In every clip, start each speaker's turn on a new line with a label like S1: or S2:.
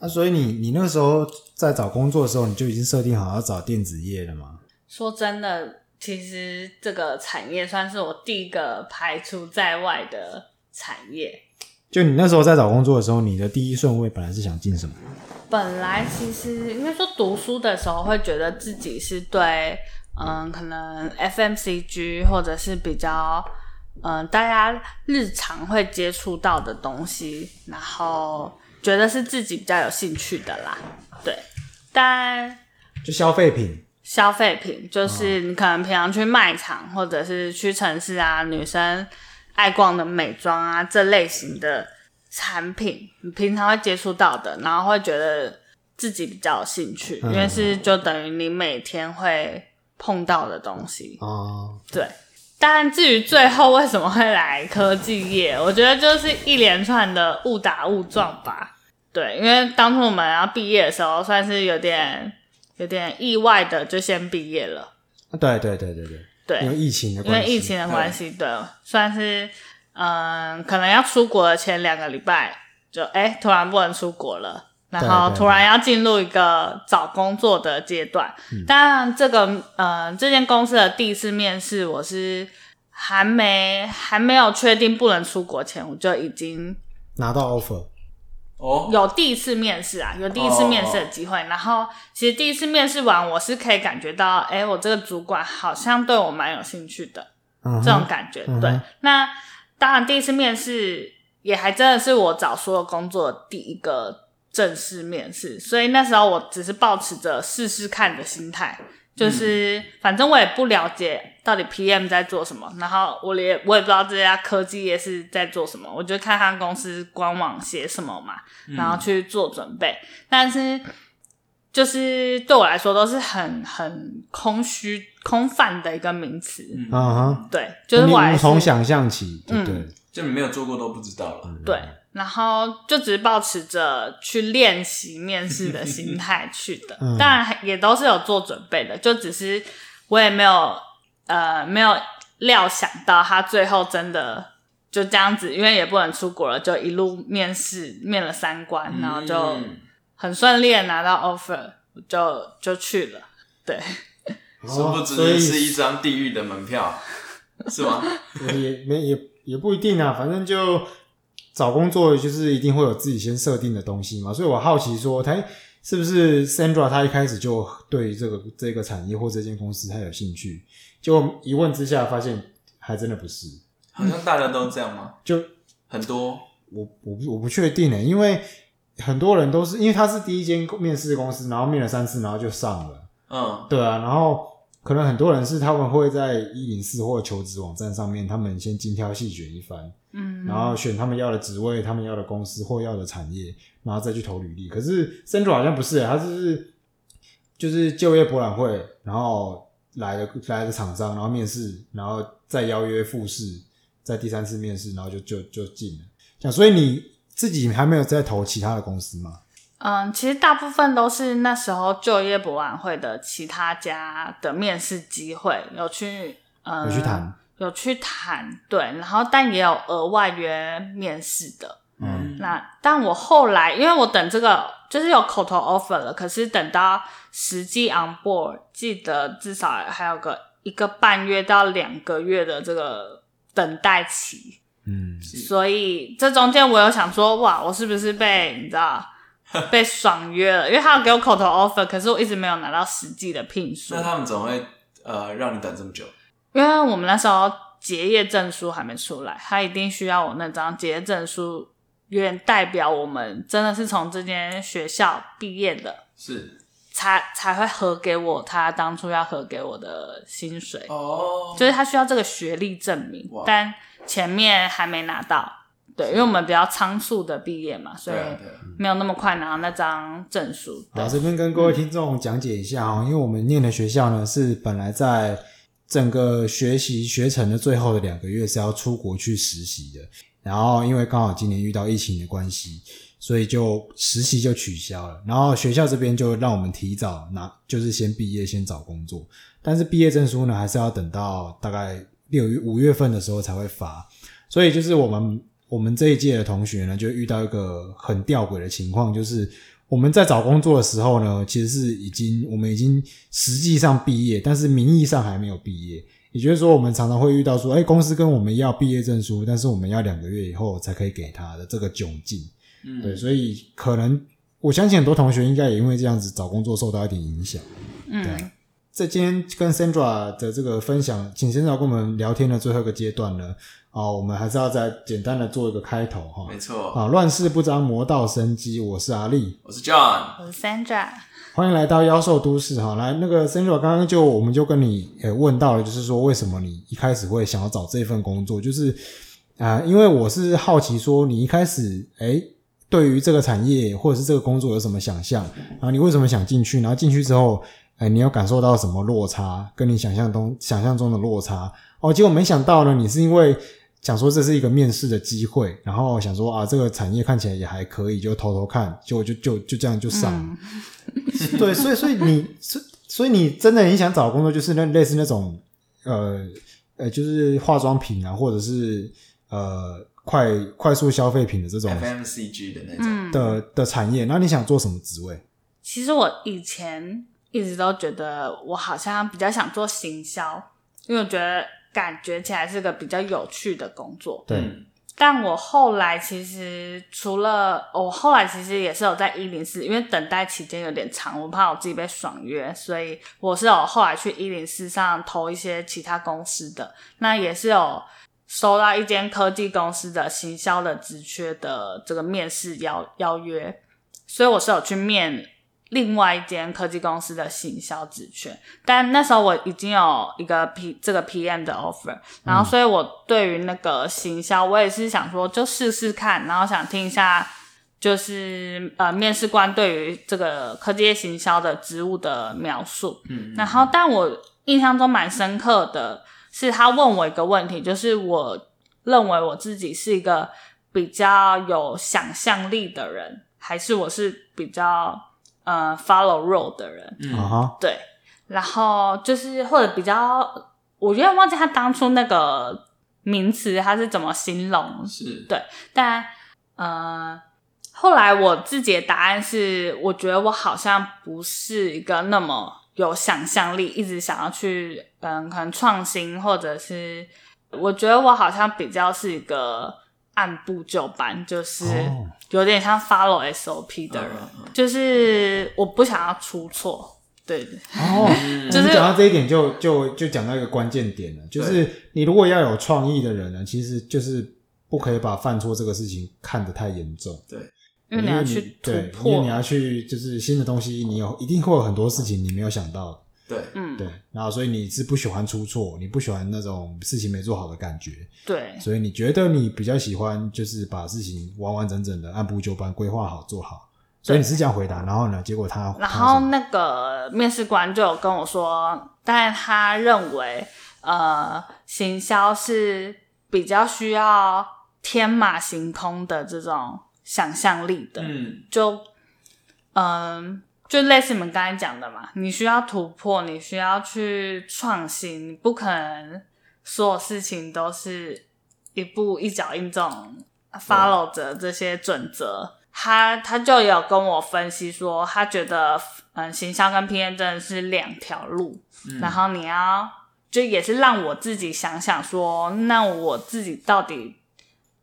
S1: 啊所以你你那个时候在找工作的时候，你就已经设定好要找电子业了吗？
S2: 说真的，其实这个产业算是我第一个排除在外的产业。
S1: 就你那时候在找工作的时候，你的第一顺位本来是想进什么？
S2: 本来其实应该说读书的时候会觉得自己是对，嗯，可能 FMCG 或者是比较，嗯，大家日常会接触到的东西，然后觉得是自己比较有兴趣的啦，对。但
S1: 就消费品。
S2: 消费品就是你可能平常去卖场或者是去城市啊，女生爱逛的美妆啊这类型的产品，你平常会接触到的，然后会觉得自己比较有兴趣，因为是就等于你每天会碰到的东西。
S1: 哦，
S2: 对，但至于最后为什么会来科技业，我觉得就是一连串的误打误撞吧。对，因为当初我们要毕业的时候，算是有点有点意外的就先毕业了。
S1: 啊对对对对对，
S2: 对，
S1: 因为疫情的
S2: 因
S1: 关
S2: 为
S1: 系，
S2: 疫情的关系，对，算是嗯，可能要出国的前两个礼拜，就哎、突然不能出国了，然后
S1: 对对
S2: 突然要进入一个找工作的阶段。当然，这个嗯，这间公司的第一次面试，我是还没还没有确定不能出国前，我就已经
S1: 拿到 offer，
S3: 哦，
S2: 有第一次面试啊，有第一次面
S1: 哦
S2: 试的机会。然后其实第一次面试完，我是可以感觉到，哎、我这个主管好像对我蛮有兴趣的。
S1: 嗯哼
S2: 这种感觉。
S1: 嗯哼
S2: 对，那当然第一次面试也还真的是我找所有工作的第一个正式面试，所以那时候我只是抱持着试试看的心态，
S1: 嗯
S2: 就是、反正我也不了解到底 PM 在做什么，然后我也我也不知道这家科技业是在做什么，我就看他公司官网写什么嘛，
S3: 嗯
S2: 然后去做准备，但是。就是对我来说都是很很空虚、空泛的一个名词，
S3: 嗯
S1: 嗯哼，
S2: 对，就是
S1: 你
S2: 我还
S1: 无
S2: 是
S1: 从想象起，对嗯
S2: 嗯
S1: 不对？
S3: 就你没有做过都不知道了。
S2: 对，然后就只是抱持着去练习面试的 心态去的，
S1: 嗯
S2: 当然也都是有做准备的，就只是我也没有呃没有料想到他最后真的就这样子，因为也不能出国了，就一路面试面了三关，然后就
S3: 嗯
S2: 很顺利的拿到 offer，就就去了。对，
S1: 哦
S3: 殊不
S1: 所以
S3: 知是一张地狱的 门票，是吗？
S1: 也没也也不一定啊，反正就找工作就是一定会有自己先设定的东西嘛，所以我好奇说，他是不是 Sandra 她一开始就对这个这个产业或这间公司她有兴趣？结果一问之下发现还真的不是，
S3: 好像大家都这样吗？
S1: 就
S3: 很多
S1: 我我不我不确定呢、欸因为很多人都是因为他是第一间面试公司，然后面了三次，然后就上了，
S3: 嗯
S1: 对啊，然后可能很多人是他们会在一零四或求职网站上面，他们先精挑细选一番。
S2: 嗯，
S1: 然后选他们要的职位、他们要的公司或要的产业，然后再去投履历。可是 Sandra 好像不是、欸，他就是就是就业博览会，然后来的来的厂商，然后面试，然后再邀约复试，在第三次面试，然后就就就进了。这样，所以你自己还没有在投其他的公司吗？
S2: 嗯，其实大部分都是那时候就业博览会的其他家的面试机会有去，嗯，
S1: 有去谈，
S2: 有去谈，对，然后但也有额外约面试的。
S1: 嗯，
S2: 那但我后来，因为我等这个就是有口头 offer 了，可是等到实际 on board，记得至少还有个一个半月到两个月的这个等待期。
S1: 嗯，
S2: 所以这中间我有想说，哇，我是不是被你知道被爽约了？因为他有给我口头 offer，可是我一直没有拿到实际的聘书
S3: 那，他们怎么会呃让你等这么久？
S2: 因为我们那时候结业证书还没出来，他一定需要我那张结业证书，有点代表我们真的是从这间学校毕业的，
S3: 是
S2: 才才会核给我他当初要核给我的薪水，
S3: 哦，
S2: 就是他需要这个学历证明
S3: 哇，
S2: 但前面还没拿到。对，因为我们比较仓促的毕业嘛，所以
S3: 对啊对啊，
S2: 没有那么快拿到那张证书。对
S1: 好，，这边跟各位听众讲解一下哈，因为我们念的学校呢是本来在整个学习学程的最后的两个月是要出国去实习的，然后因为刚好今年遇到疫情的关系，所以就实习就取消了，然后学校这边就让我们提早拿，就是先毕业先找工作，但是毕业证书呢还是要等到大概六月五月份的时候才会发，所以就是我们我们这一届的同学呢，就遇到一个很吊诡的情况，就是。我们在找工作的时候呢，其实是已经我们已经实际上毕业，但是名义上还没有毕业。也就是说，我们常常会遇到说，哎、公司跟我们要毕业证书，但是我们要两个月以后才可以给他的这个窘境。
S3: 嗯，
S1: 对，所以可能我相信很多同学应该也因为这样子找工作受到一点影响。
S2: 嗯，
S1: 在今天跟 Sandra 的这个分享，请 Sandra 跟我们聊天的最后一个阶段呢，啊、我们还是要再简单的做一个开头哈
S3: 没。错，
S1: 啊，乱世不张，魔道生机。我是阿力，
S3: 我是 John，
S2: 我是 Sandra，
S1: 欢迎来到妖兽都市哈。来，那个 Sandra 刚刚就我们就跟你呃问到了，就是说为什么你一开始会想要找这份工作，就是啊、因为我是好奇说你一开始哎对于这个产业或者是这个工作有什么想象，然后你为什么想进去，然后进去之后。哎，你有感受到什么落差？跟你想象中想象中的落差哦，结果没想到呢，你是因为想说这是一个面试的机会，然后想说啊，这个产业看起来也还可以，就偷偷看，结果就就就这样就上了。
S2: 嗯
S1: 对，所以所以你所以所以你真的很想找工作，就是那类似那种呃呃，就是化妆品啊，或者是呃快快速消费品的这种
S3: FMCG 的那种，
S2: 嗯，
S1: 的的产业。那你想做什么职位？
S2: 其实我以前一直都觉得我好像比较想做行销，因为我觉得感觉起来是个比较有趣的工作。
S1: 对，啊
S3: 嗯
S2: 但我后来其实除了我后来其实也是有在一零四，因为等待期间有点长，我怕我自己被爽约，所以我是有后来去一零四上投一些其他公司的，那也是有收到一间科技公司的行销的职缺的这个面试邀邀约，所以我是有去面另外一间科技公司的行销职缺，但那时候我已经有一个 P 这个 PM 的 offer，然后所以我对于那个行销，我也是想说就试试看，然后想听一下。就是呃，面试官对于这个科技业行销的职务的描述，
S3: 嗯，
S2: 然后，但我印象中蛮深刻的是，他问我一个问题，就是我认为我自己是一个比较有想象力的人，还是我是比较呃 follow rule 的人？
S3: 嗯
S1: 啊哈，
S2: 对，然后就是或者比较，我有点忘记他当初那个名词他是怎么形容，
S3: 是
S2: 对但呃，后来我自己的答案是，我觉得我好像不是一个那么有想象力，一直想要去嗯，可能创新，或者是我觉得我好像比较是一个按部就班，就是
S1: 哦
S2: 有点像 follow SOP 的人，
S3: 嗯
S2: 就是我不想要出错，对对，
S1: 哦，
S3: 嗯
S2: 就是
S1: 你讲到这一点就，就就讲到一个关键点了，就是你如果要有创意的人呢，其实就是不可以把犯错这个事情看得太严重。
S2: 因为嗯你要去突
S1: 对，因为你
S2: 破，
S1: 要去就是新的东西，你有一定会有很多事情你没有想到的
S3: 对，
S2: 嗯，
S1: 对，然后所以你是不喜欢出错，你不喜欢那种事情没做好的感觉，
S2: 对，
S1: 所以你觉得你比较喜欢就是把事情完完整整的按部就班规划好做好，所以你是这样回答，然后呢，结果他他
S2: 然后
S1: 说
S2: 那个面试官就有跟我说，但他认为呃，行销是比较需要天马行空的这种想象力的，
S3: 嗯
S2: 就嗯、就类似你们刚才讲的嘛，你需要突破，你需要去创新，你不可能所有事情都是一步一脚印这种 follow 着这些准则。他他就有跟我分析说，他觉得嗯，行销跟 PM 真的是两条路，
S3: 嗯，
S2: 然后你要就也是让我自己想想说，那我自己到底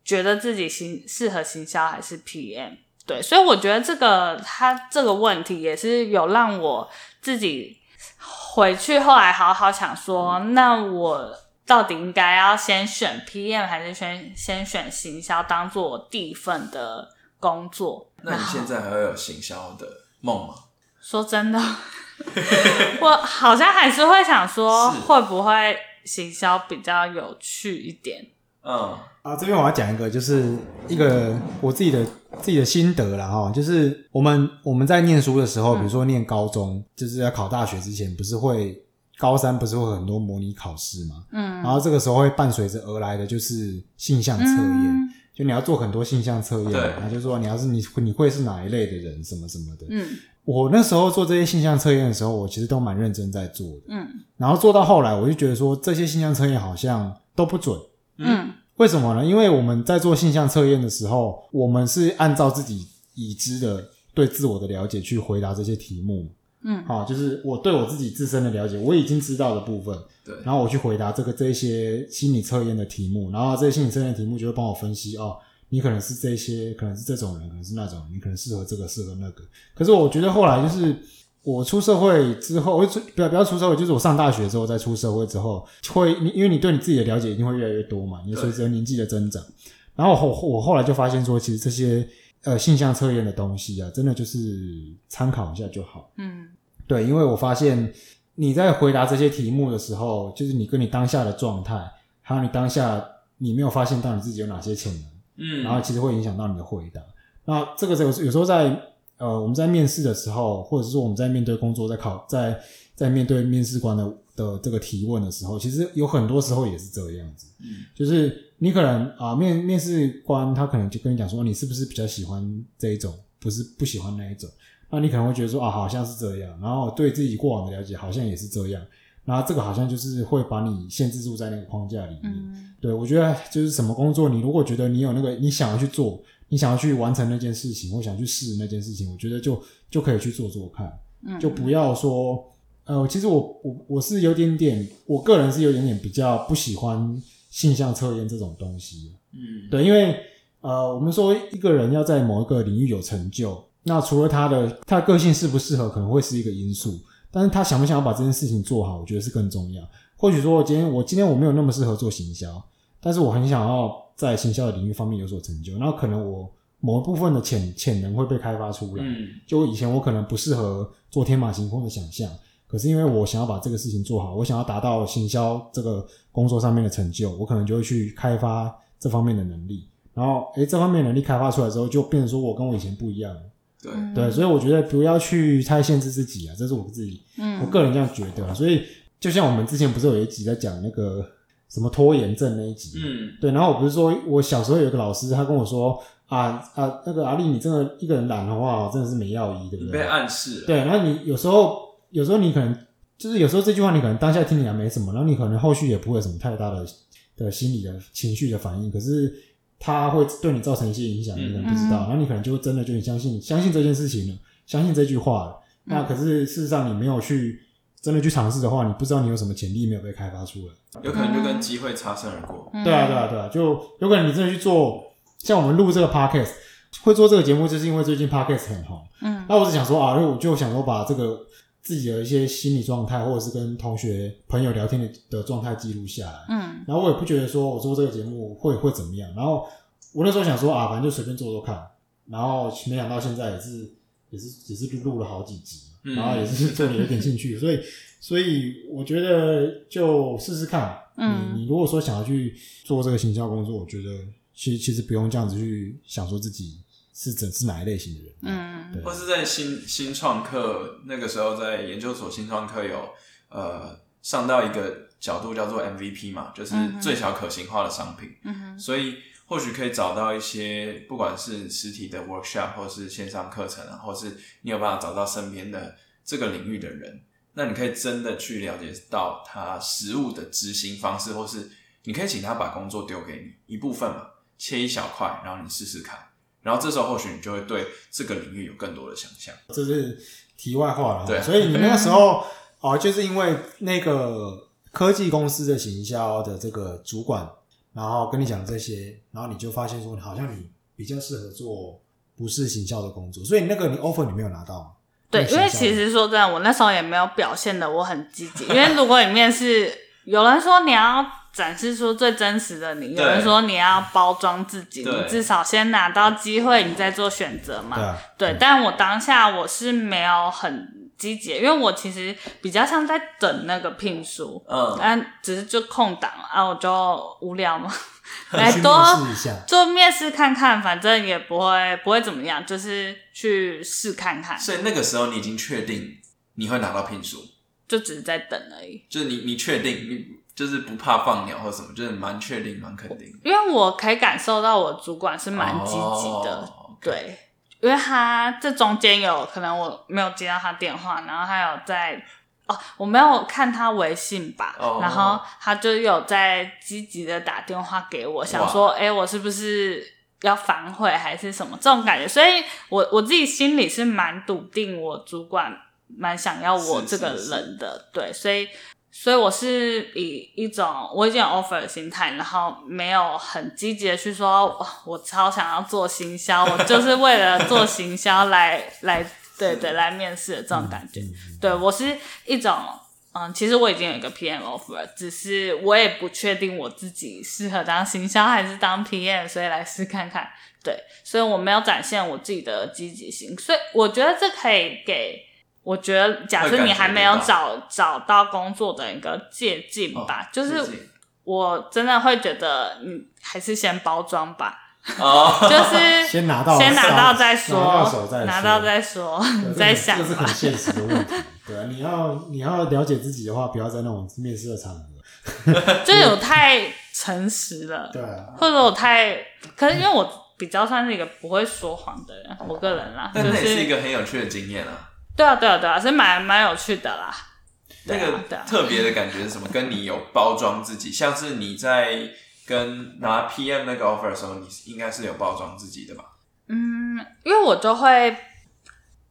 S2: 觉得自己行适合行销还是 PM？对，所以我觉得这个他这个问题也是有让我自己回去后来好好想说，那我到底应该要先选 PM 还是先先选行销当做我第一份的工作？
S3: 那你现在还会有行销的梦吗？
S2: 说真的， 我好像还是会想说，
S3: 是
S2: 会不会行销比较有趣一点？
S3: 嗯，
S1: 啊，这边我要讲一个，就是一个我自己的自己的心得啦哈，就是我们我们在念书的时
S2: 嗯
S1: 候，比如说念高中，就是要考大学之前，不是会高三不是会有很多模拟考试吗？
S2: 嗯
S1: 然后这个时候会伴随着而来的就是性哦向测验，
S2: 嗯
S1: 就你要做很多性向测验嘛，
S3: 对
S1: 然后就说你要是你你会是哪一类的人，什么什么的。
S2: 嗯
S1: 我那时候做这些性向测验的时候，我其实都蛮认真在做的，
S2: 嗯
S1: 然后做到后来，我就觉得说这些性向测验好像都不准。
S2: 嗯
S1: 为什么呢？因为我们在做性向测验的时候，我们是按照自己已知的对自我的了解去回答这些题目。
S2: 嗯
S1: 好、哦就是我对我自己自身的了解，我已经知道的部分，
S3: 对，
S1: 然后我去回答这个这一些心理测验的题目，然后这些心理测验的题目就会帮我分析哦，你可能是这些，可能是这种人，可能是那种人，你可能适合这个，适合那个。可是我觉得后来就是我出社会之后，我出不要不要出社会，就是我上大学之后，再出社会之后，会你因为你对你自己的了解一定会越来越多嘛，你随着年纪的增长，然后我后我后来就发现说，其实这些呃性向测验的东西啊，真的就是参考一下就好。
S2: 嗯
S1: 对，因为我发现你在回答这些题目的时候，就是你跟你当下的状态，还有你当下你没有发现到你自己有哪些潜能，
S3: 嗯，
S1: 然后其实会影响到你的回答。那这个时候有时候在呃我们在面试的时候，或者是说我们在面对工作，在考在在面对面试官的的这个提问的时候，其实有很多时候也是这个样子。
S3: 嗯
S1: 就是你可能啊、面面试官他可能就跟你讲说，你是不是比较喜欢这一种，不是不喜欢那一种？那你可能会觉得说啊，好像是这样，然后对自己过往的了解好像也是这样，然后这个好像就是会把你限制住在那个框架里面。
S2: 嗯
S1: 对我觉得就是什么工作，你如果觉得你有那个你想要去做，你想要去完成那件事情，或想去试那件事情，我觉得就就可以去做做看。
S2: 嗯，
S1: 就不要说，呃，其实我我我是有点点，我个人是有点点比较不喜欢性向测验这种东西，
S3: 嗯，
S1: 对，因为呃，我们说一个人要在某一个领域有成就，那除了他的他的个性适不适合，可能会是一个因素，但是他想不想要把这件事情做好，我觉得是更重要。或许说，今天我今天我没有那么适合做行销，但是我很想要在行销的领域方面有所成就，然后可能我某一部分的潜潜能会被开发出来，
S3: 嗯
S1: 就以前我可能不适合做天马行空的想象，可是因为我想要把这个事情做好，我想要达到行销这个工作上面的成就，我可能就会去开发这方面的能力。然后，诶，这方面能力开发出来之后，就变成说我跟我以前不一样了。
S3: 对，
S2: 嗯
S1: 对，所以我觉得不要去太限制自己啊，这是我自己我
S2: 嗯
S1: 个人这样觉得啊。所以，就像我们之前不是有一集在讲那个什么拖延症那一集嘛，
S3: 嗯
S1: 对，然后我不是说我小时候有一个老师，他跟我说啊啊，那个阿丽，你真的一个人懒的话，真的是没药医，对不
S3: 你
S1: 对
S3: 被？暗示了，
S1: 对，然后你有时候，有时候你可能就是有时候这句话你可能当下听起来没什么，然后你可能后续也不会有什么太大的的心理的情绪的反应，可是它会对你造成一些影响，你可能不知道，
S2: 嗯
S1: 然后你可能就真的就你相信相信这件事情了，相信这句话了。那
S2: 嗯
S1: 可是事实上你没有去真的去尝试的话，你不知道你有什么潜力没有被开发出来。
S3: 有可能就跟机会擦身而过。
S2: 嗯
S1: 对啊，对啊，对啊，就有可能你真的去做，像我们录这个 podcast，会做这个节目，就是因为最近 podcast 很红。
S2: 嗯
S1: 那我只想说啊，因为我就想说把这个自己的一些心理状态，或者是跟同学朋友聊天的的状态记录下来。
S2: 嗯
S1: 然后我也不觉得说我做这个节目会会怎么样。然后我那时候想说啊，反正就随便做做看。然后没想到现在也是也是也是录了好几集，
S3: 嗯
S1: 然后也是对你有点兴趣，所以所以我觉得就试试看。
S2: 嗯
S1: 你你如果说想要去做这个行销工作，我觉得其实其实不用这样子去想说自己是怎是哪一类型的人。
S2: 嗯
S1: 对
S3: 或是在新新创课那个时候，在研究所新创课有呃上到一个角度叫做 MVP 嘛，就是
S2: 嗯哼
S3: 最小可行化的商品，
S2: 嗯
S3: 所以或许可以找到一些不管是实体的 workshop 或是线上课程啊，或是你有办法找到身边的这个领域的人，那你可以真的去了解到他实物的执行方式，或是你可以请他把工作丢给你一部分嘛，切一小块，然后你试试看。然后这时候或许你就会对这个领域有更多的想象。
S1: 题外话了，
S3: 对
S1: 所以你那时候 哦、就是因为那个科技公司的行销的这个主管，然后跟你讲这些，然后你就发现说，好像你比较适合做不是行销的工作，所以那个你 offer 你没有拿到吗，
S2: 对，
S1: 那个
S2: 因为
S1: 行销
S2: 其实说真的，我那时候也没有表现的我很积极，因为如果里面是有人说你要展示出最真实的你，有人
S3: 对
S2: 说你要包装自己，
S3: 对
S2: 你至少先拿到机会，你再做选择嘛。
S1: 对啊，
S2: 对，但我当下我是没有很积极，因为我其实比较像在等那个聘书，
S3: 嗯，
S2: 但只是就空档啊，我就无聊嘛，
S1: 你
S2: 来
S1: 去
S2: 多
S1: 面试一下，
S2: 做面试看看，反正也不会不会怎么样，就是去试看看，
S3: 所以那个时候你已经确定你会拿到聘书，
S2: 就只是在等而已。
S3: 就是你你确定你就是不怕放鸟或什么，就是蛮确定蛮肯定，
S2: 因为我可以感受到我主管是蛮积极的，
S3: 哦，
S2: 对，因为他这中间有可能我没有接到他电话，然后他有在哦，我没有看他微信吧，
S3: 哦
S2: 然后他就有在积极的打电话给我，想说，哎、我是不是要反悔还是什么这种感觉，所以我我自己心里是蛮笃定，我主管蛮想要我这个人的，对，所以所以我是以一种我已经有 offer 的心态，然后没有很积极的去说，哇我超想要做行销，我就是为了做行销来来对对来面试的这种感觉，
S1: 嗯
S2: 对我是一种。嗯，其实我已经有一个 PM offer，只是我也不确定我自己适合当行销还是当 PM，所以来试看看。对，所以我没有展现我自己的积极性，所以我觉得这可以给我觉得，假设你还没有
S3: 会感觉
S2: 找找到工作的一个借鉴吧，
S3: 哦
S2: 就是
S3: 自己
S2: 我真的会觉得，嗯，还是先包装 吧，
S3: 哦，
S2: 就是
S1: 先拿到
S2: 先拿到再
S1: 拿到
S2: 说
S1: 手再，说
S2: 拿到再说，
S1: 对
S2: 你 再想
S1: 嗯这是
S2: 吧
S1: 很。现实的问题。对啊，你要你要了解自己的话，不要在那种面试的场合。
S2: 就有太诚实了，
S1: 对啊，
S2: 或者我太，可是因为我比较算是一个不会说谎的人，我个人啦，就
S3: 但那也是
S2: 是
S3: 一个很有趣的经验啊。
S2: 对啊，对啊，对啊，是蛮蛮有趣的啦。
S3: 那
S2: 对啊
S3: 个
S2: 对啊
S3: 特别的感觉是什么？跟你有包装自己，像是你在跟拿 PM 那个 offer 的时候，你应该是有包装自己的吧？
S2: 嗯，因为我就会，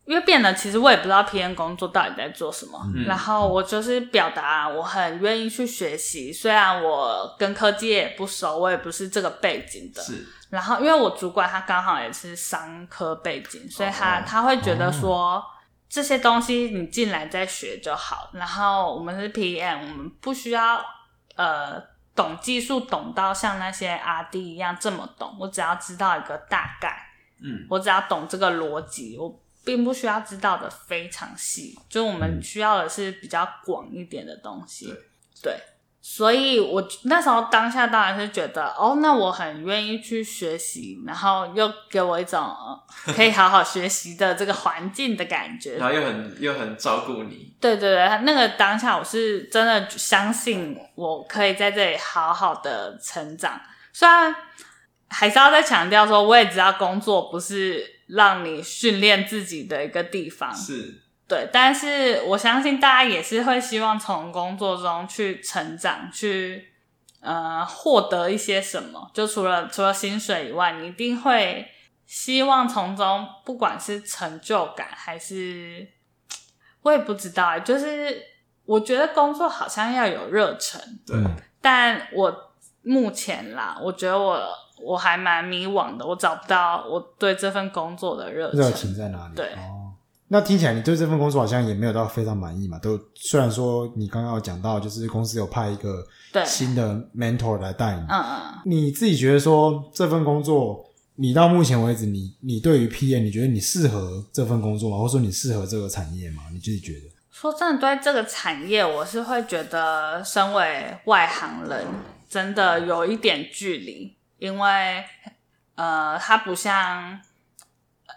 S2: 因为变得其实我也不知道 PM 工作到底在做什么，
S3: 嗯
S2: 然后我就是表达我很愿意去学习，虽然我跟科技也不熟，我也不是这个背景的，
S3: 是，
S2: 然后因为我主管他刚好也是商科背景，所以他、
S3: 哦
S2: 他会觉得说、这些东西你进来再学就好。然后我们是 PM，我们不需要呃懂技术懂到像那些阿弟一样这么懂，我只要知道一个大概，
S3: 嗯，
S2: 我只要懂这个逻辑，我并不需要知道的非常细，就我们需要的是比较广一点的东西。
S3: 对
S2: 对，所以我那时候当下当然是觉得，哦，那我很愿意去学习，然后又给我一种呃可以好好学习的这个环境的感 觉。
S3: 然后又很又很照顾你，
S2: 对对对，那个当下我是真的相信我可以在这里好好的成长，虽然还是要再强调说，我也知道工作不是让你训练自己的一个地方，
S3: 是
S2: 对，但是我相信大家也是会希望从工作中去成长，去呃获得一些什么。就除了除了薪水以外，你一定会希望从中，不管是成就感还是我也不知道、欸，就是我觉得工作好像要有热忱，
S3: 对，
S1: 嗯
S2: 但我目前啦，我觉得我我还蛮迷惘的，我找不到我对这份工作的热
S1: 热
S2: 忱
S1: 情。在哪里？
S2: 对
S1: 哦，那听起来你对这份工作好像也没有到非常满意嘛？都虽然说你刚刚有讲到，就是公司有派一个
S2: 对
S1: 新的 mentor 来带你，
S2: 嗯嗯。
S1: 你自己觉得说这份工作，你到目前为止，你你对于 PM，你觉得你适合这份工作吗？或者说你适合这个产业吗？你自己觉得？
S2: 说真的，对这个产业，我是会觉得身为外行人，真的有一点距离，因为呃，它不像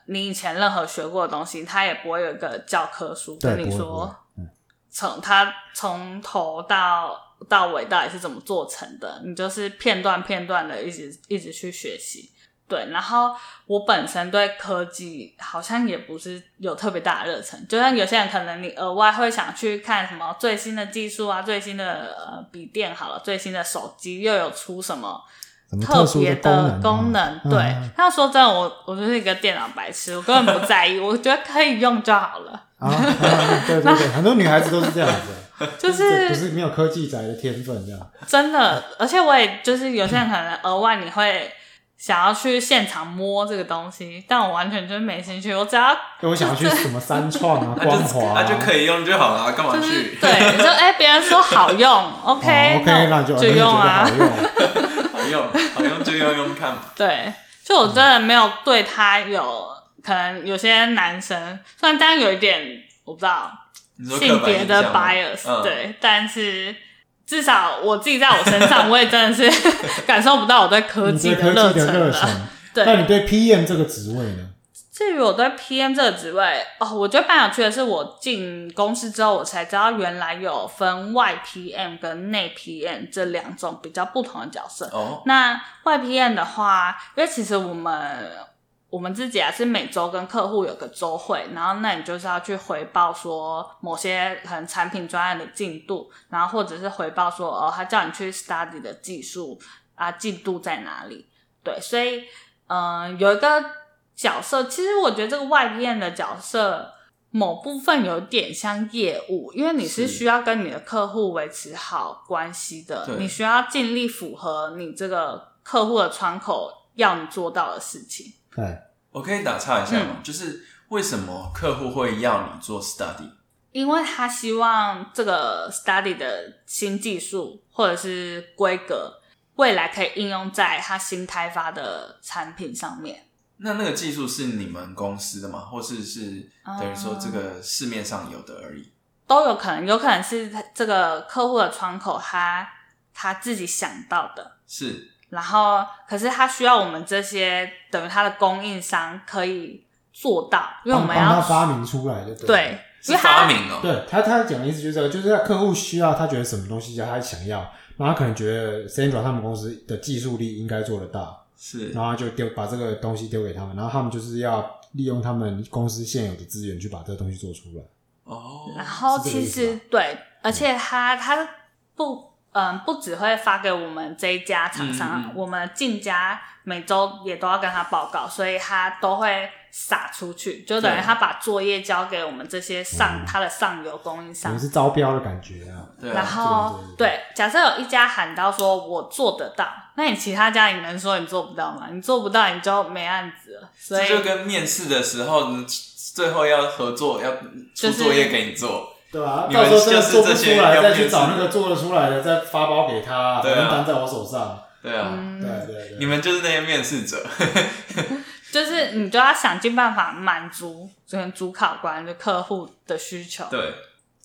S2: 你以前任何学过的东西，它也不会有一个教科书
S1: 对
S2: 跟你
S1: 不会嗯
S2: 说从它从头到到尾到底是怎么做成的，你就是片段片段的一直一直去学习。对，然后我本身对科技好像也不是有特别大的热忱，就像有些人可能你额外会想去看什么最新的技术啊，最新的呃笔电好了，最新的手机又有出什么
S1: 什么
S2: 特
S1: 殊
S2: 别的
S1: 的
S2: 功能
S1: 能？，啊
S2: 对
S1: 嗯。
S2: 那说真的，我我就是一个电脑白痴，我根本不在意，我觉得可以用就好了。
S1: 啊，啊对对对，很多女孩子都是这样子，啊
S2: 就
S1: 这
S2: 是
S1: 不是没有科技宅的天分这样。
S2: 真的，而且我也就是有些人可能额外你会想要去现场摸这个东西，但我完全就是没兴趣，我只要
S1: 因为我想要去什么三创啊、
S3: 那
S1: 光
S3: 就
S1: 华啊，
S3: 那就可以用就好了，干嘛
S2: 就是
S3: 去？
S2: 对， 就哎别人说好用，OK，
S1: 哦 OK，那
S2: 我
S1: 你就
S2: 就用啊
S1: 那， 你就觉得好用。
S3: 好用，好用就用用看嘛。
S2: 对，就我真的没有对他有可能有些男生，虽然当然有一点我不知道
S3: 你说刻
S2: 性
S3: 板
S2: 别
S3: 印象
S2: 的
S3: 吗
S2: bias，、
S3: 嗯
S2: 对，但是。至少我自己在我身 上，我也真的是 感受不到我对科
S1: 你
S2: 技
S1: 对科
S2: 的热
S1: 技的
S2: 忱
S1: 热
S2: 了。
S1: 忱。
S2: 对，
S1: 那你对 PM 这个职位呢？
S2: 至于我对 PM 这个职位，哦，我觉得蛮有趣的是，我进公司之后，我才知道原来有分外 PM 跟内 PM 这两种比较不同的角色。
S3: 哦，
S2: 那外 PM 的话，因为其实我们我们自己啊是每周跟客户有个周会，然后那你就是要去回报说某些可能产品专案的进度，然后或者是回报说哦，他叫你去 study 的技术啊进度在哪里？对，所以嗯、呃，有一个角色，其实我觉得这个外片的角色某部分有点像业务，因为你是
S3: 是
S2: 需要跟你的客户维持好关系的
S3: 对，
S2: 你需要尽力符合你这个客户的窗口要你做到的事情。
S1: 对，
S3: 我可以打岔一下
S2: 嗯
S3: 吗？就是为什么客户会要你做 study？
S2: 因为他希望这个 study 的新技术或者是规格，未来可以应用在他新开发的产品上面。
S3: 那那个技术是你们公司的吗？或是是
S2: 啊
S3: 等于说这个市面上有的而已？
S2: 都有可能，有可能是他这个客户的窗口他他自己想到的，
S3: 是
S2: 然后可是他需要我们这些等于他的供应商可以做到，因为我们
S1: 帮帮他
S2: 要
S1: 发明出来就对了。
S2: 对，
S3: 是
S2: 因为
S3: 发
S2: 他
S3: 明哦、
S1: 对他，他讲的意思就是这个，就是他客户需要，他觉得什么东西他想要，然后他可能觉得 Sandra 他们公司的技术力应该做得到，
S3: 是
S1: 然后他就丢把这个东西丢给他们，然后他们就是要利用他们公司现有的资源去把这个东西做出来。
S3: 哦，
S2: 然后
S1: 是这个
S2: 其
S1: 意思
S2: 实
S1: 吧
S2: 对，而且他他不嗯不只会发给我们这一家厂商，啊
S3: 嗯嗯嗯
S2: 我们进家每周也都要跟他报告，所以他都会撒出去，就等于
S3: 对
S2: 他把作业交给我们这些上、
S1: 嗯
S2: 他的上游供应商
S1: 也。是招标的感觉啊，
S3: 对
S2: 然
S3: 啊，
S2: 后
S1: 这个对
S2: 对，假设有一家喊到说我做得到，那你其他家你能说你做不到吗？你做不到你就没案子了，所
S3: 这
S2: 以
S3: 就跟面试的时候，你最后要合作，要出
S2: 就是
S3: 作业给你做，
S1: 对吧？
S3: 你
S1: 到
S3: 们
S1: 时候真的
S3: 就是
S1: 做不
S3: 这
S1: 出
S3: 些
S1: 来，
S3: 要
S1: 再
S3: 面
S1: 去
S3: 试
S1: 找
S3: 的
S1: 那个做得出来的，再发包给他，
S3: 对啊
S1: 反正单在我手上。
S3: 对啊，
S2: 嗯
S1: 对对对，
S3: 你们就是那些面试者，
S2: 就是你就要想尽办法满足这个主考官就客户的需求，
S3: 对，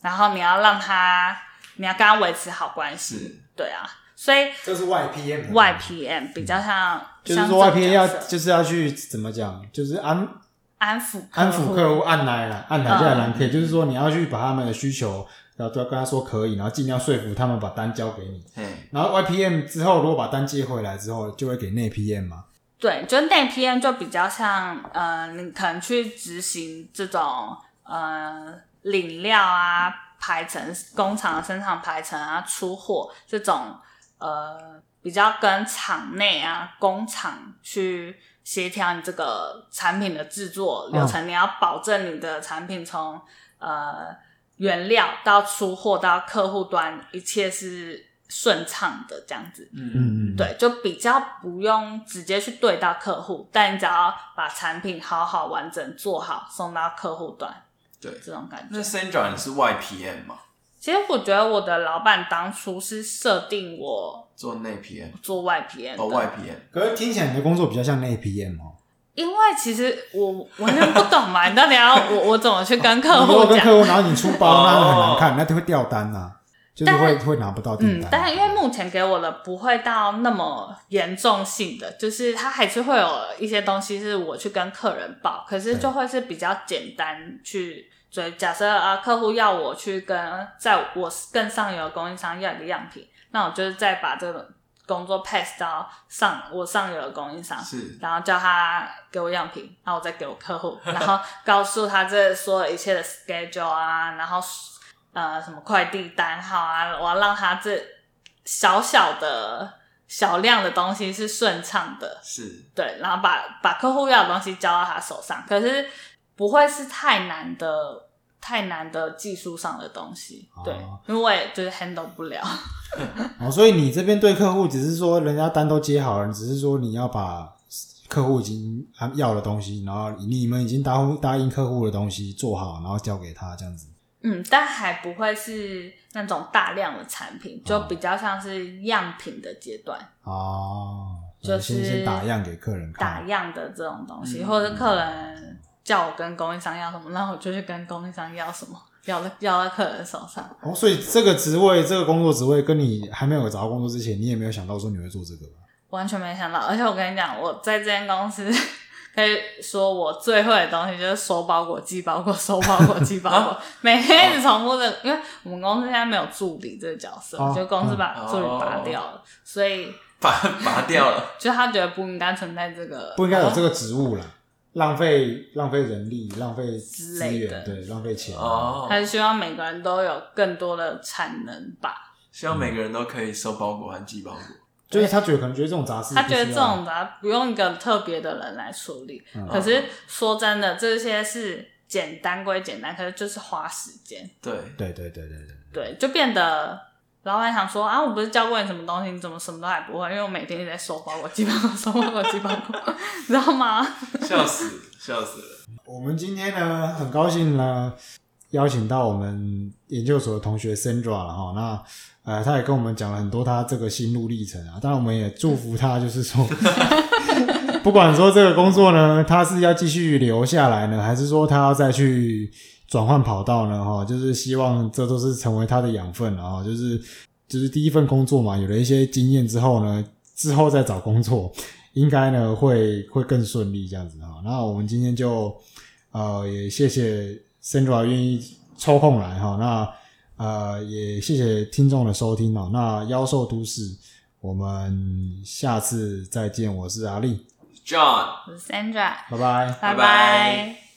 S2: 然后你要让他，你要跟他维持好关系，
S3: 是
S2: 对啊，所以
S1: 这是外 PM 的
S2: 外 PM 比较像，
S1: 就是
S2: 像
S1: 说外
S2: 这种
S1: PM 要
S2: 角色
S1: 就是要去怎么讲，就是安
S2: 安抚
S1: 安抚客户
S2: 户，
S1: 按来了，按来下来可以，就是说你要去把他们的需求，然后都要跟他说可以，然后尽量说服他们把单交给你。
S3: 嘿，
S1: 然后 YPM 之后，如果把单接回来之后，就会给内 PM 嘛。
S2: 对，就内 PM 就比较像，呃，你可能去执行这种呃领料啊、排程、工厂的生产排程啊、出货这种，呃，比较跟厂内啊、工厂去协调你这个产品的制作流程，你要保证你的产品从呃原料到出货到客户端一切是顺畅的这样子。
S3: 嗯，
S1: 嗯嗯，
S2: 对，就比较不用直接去对到客户，但你只要把产品好好完整做好，送到客户端，
S3: 对
S2: 这种感
S3: 那
S2: 觉。
S3: Sandra 你是 YPM 吗？
S2: 其实我觉得我的老板当初是设定我
S3: 做内 PM
S2: 做外 PM 的，
S3: 哦，YPM
S1: 可是听起来你的工作比较像内 PM 哦。
S2: 因为其实我完全不懂嘛，你到底要我 我怎么去跟客
S1: 你如果
S2: 户
S1: 跟
S2: 讲
S1: 客？户，然后你出包，
S3: 哦
S1: 那很难看，那就会掉单啊，就是会会拿不到订
S2: 嗯
S1: 单。，
S2: 但是因为目前给我的不会到那么严重性的，就是它还是会有一些东西是我去跟客人报，可是就会是比较简单去追。假设啊，客户要我去跟在我更上游的供应商要一个样品，那我就是再把这个工作 pass 到上我上游的供应商，
S3: 是
S2: 然后叫他给我样品，然后我再给我客户，然后告诉他这所有一切的 schedule 啊，然后呃什么快递单号啊，我要让他这小小的小量的东西是顺畅的，
S3: 是，
S2: 对，然后把把客户要的东西交到他手上，可是不会是太难的。太难的技术上的东西，对，
S1: 哦
S2: 因为我也就是 handle 不了。
S1: 哦，所以你这边对客户只是说人家单都接好了，只是说你要把客户已经安要的东西，然后你们已经答应答应客户的东西做好，然后交给他这样子。
S2: 嗯，但还不会是那种大量的产品，就比较像是样品的阶段。
S1: 哦，
S2: 就
S1: 先
S2: 是
S1: 先打样给客人
S2: 打
S1: 看。
S2: 样的这种东西，
S3: 嗯
S2: 或者是客人叫我跟供应商要什么，那我就去跟供应商要什么，要到要到客人手上。
S1: 哦，所以这个职位，这个工作职位，跟你还没有找到工作之前，你也没有想到说你会做这个吧？
S2: 完全没想到，而且我跟你讲，我在这间公司可以说我最会的东西就是收包裹、寄包裹、收包裹、寄包 裹，每天一直重复这个。因为我们公司现在没有助理这个角色，
S1: 哦
S2: 就公司把
S3: 嗯
S2: 助理拔掉了，所以
S3: 拔拔掉了，
S2: 就他觉得不应该存在这个，
S1: 不应该有这个职务啦，浪费浪费人力，浪费
S2: 之
S1: 资
S2: 类的
S1: 源，对，浪费钱。
S3: 哦，
S2: 还是希望每个人都有更多的产能吧。
S3: 希望每个人都可以收包裹和寄包裹，
S1: 就是他觉得可能觉得这种杂事，
S2: 他觉得这种的啊不用一个特别的人来处理。
S1: 嗯
S2: 可是说真的，这些是简单归简单，可是就是花时间，
S3: 对，
S1: 对对对对对对，
S2: 对，就变得。老板想说啊，我不是教过你什么东西，你怎么什么都还不会？因为我每天一直在收包裹、寄包裹、收包裹、寄包裹，你知道吗？
S3: 笑死，笑死了。
S1: 我们今天呢很高兴呢邀请到我们研究所的同学 Sandra 了哈，那呃他也跟我们讲了很多他这个心路历程啊，当然我们也祝福他，就是说 不管说这个工作呢，他是要继续留下来呢，还是说他要再去转换跑道呢？哈，就是希望这都是成为他的养分了哈，就是就是第一份工作嘛，有了一些经验之后呢，之后再找工作，应该呢会会更顺利这样子哈。那我们今天就呃也谢谢 Sandra 愿意抽空来哈，那呃也谢谢听众的收听哦。那妖兽都市，我们下次再见，我是阿力。
S3: John。
S2: 我是 Sandra，
S1: 拜拜。
S3: 拜拜
S2: 拜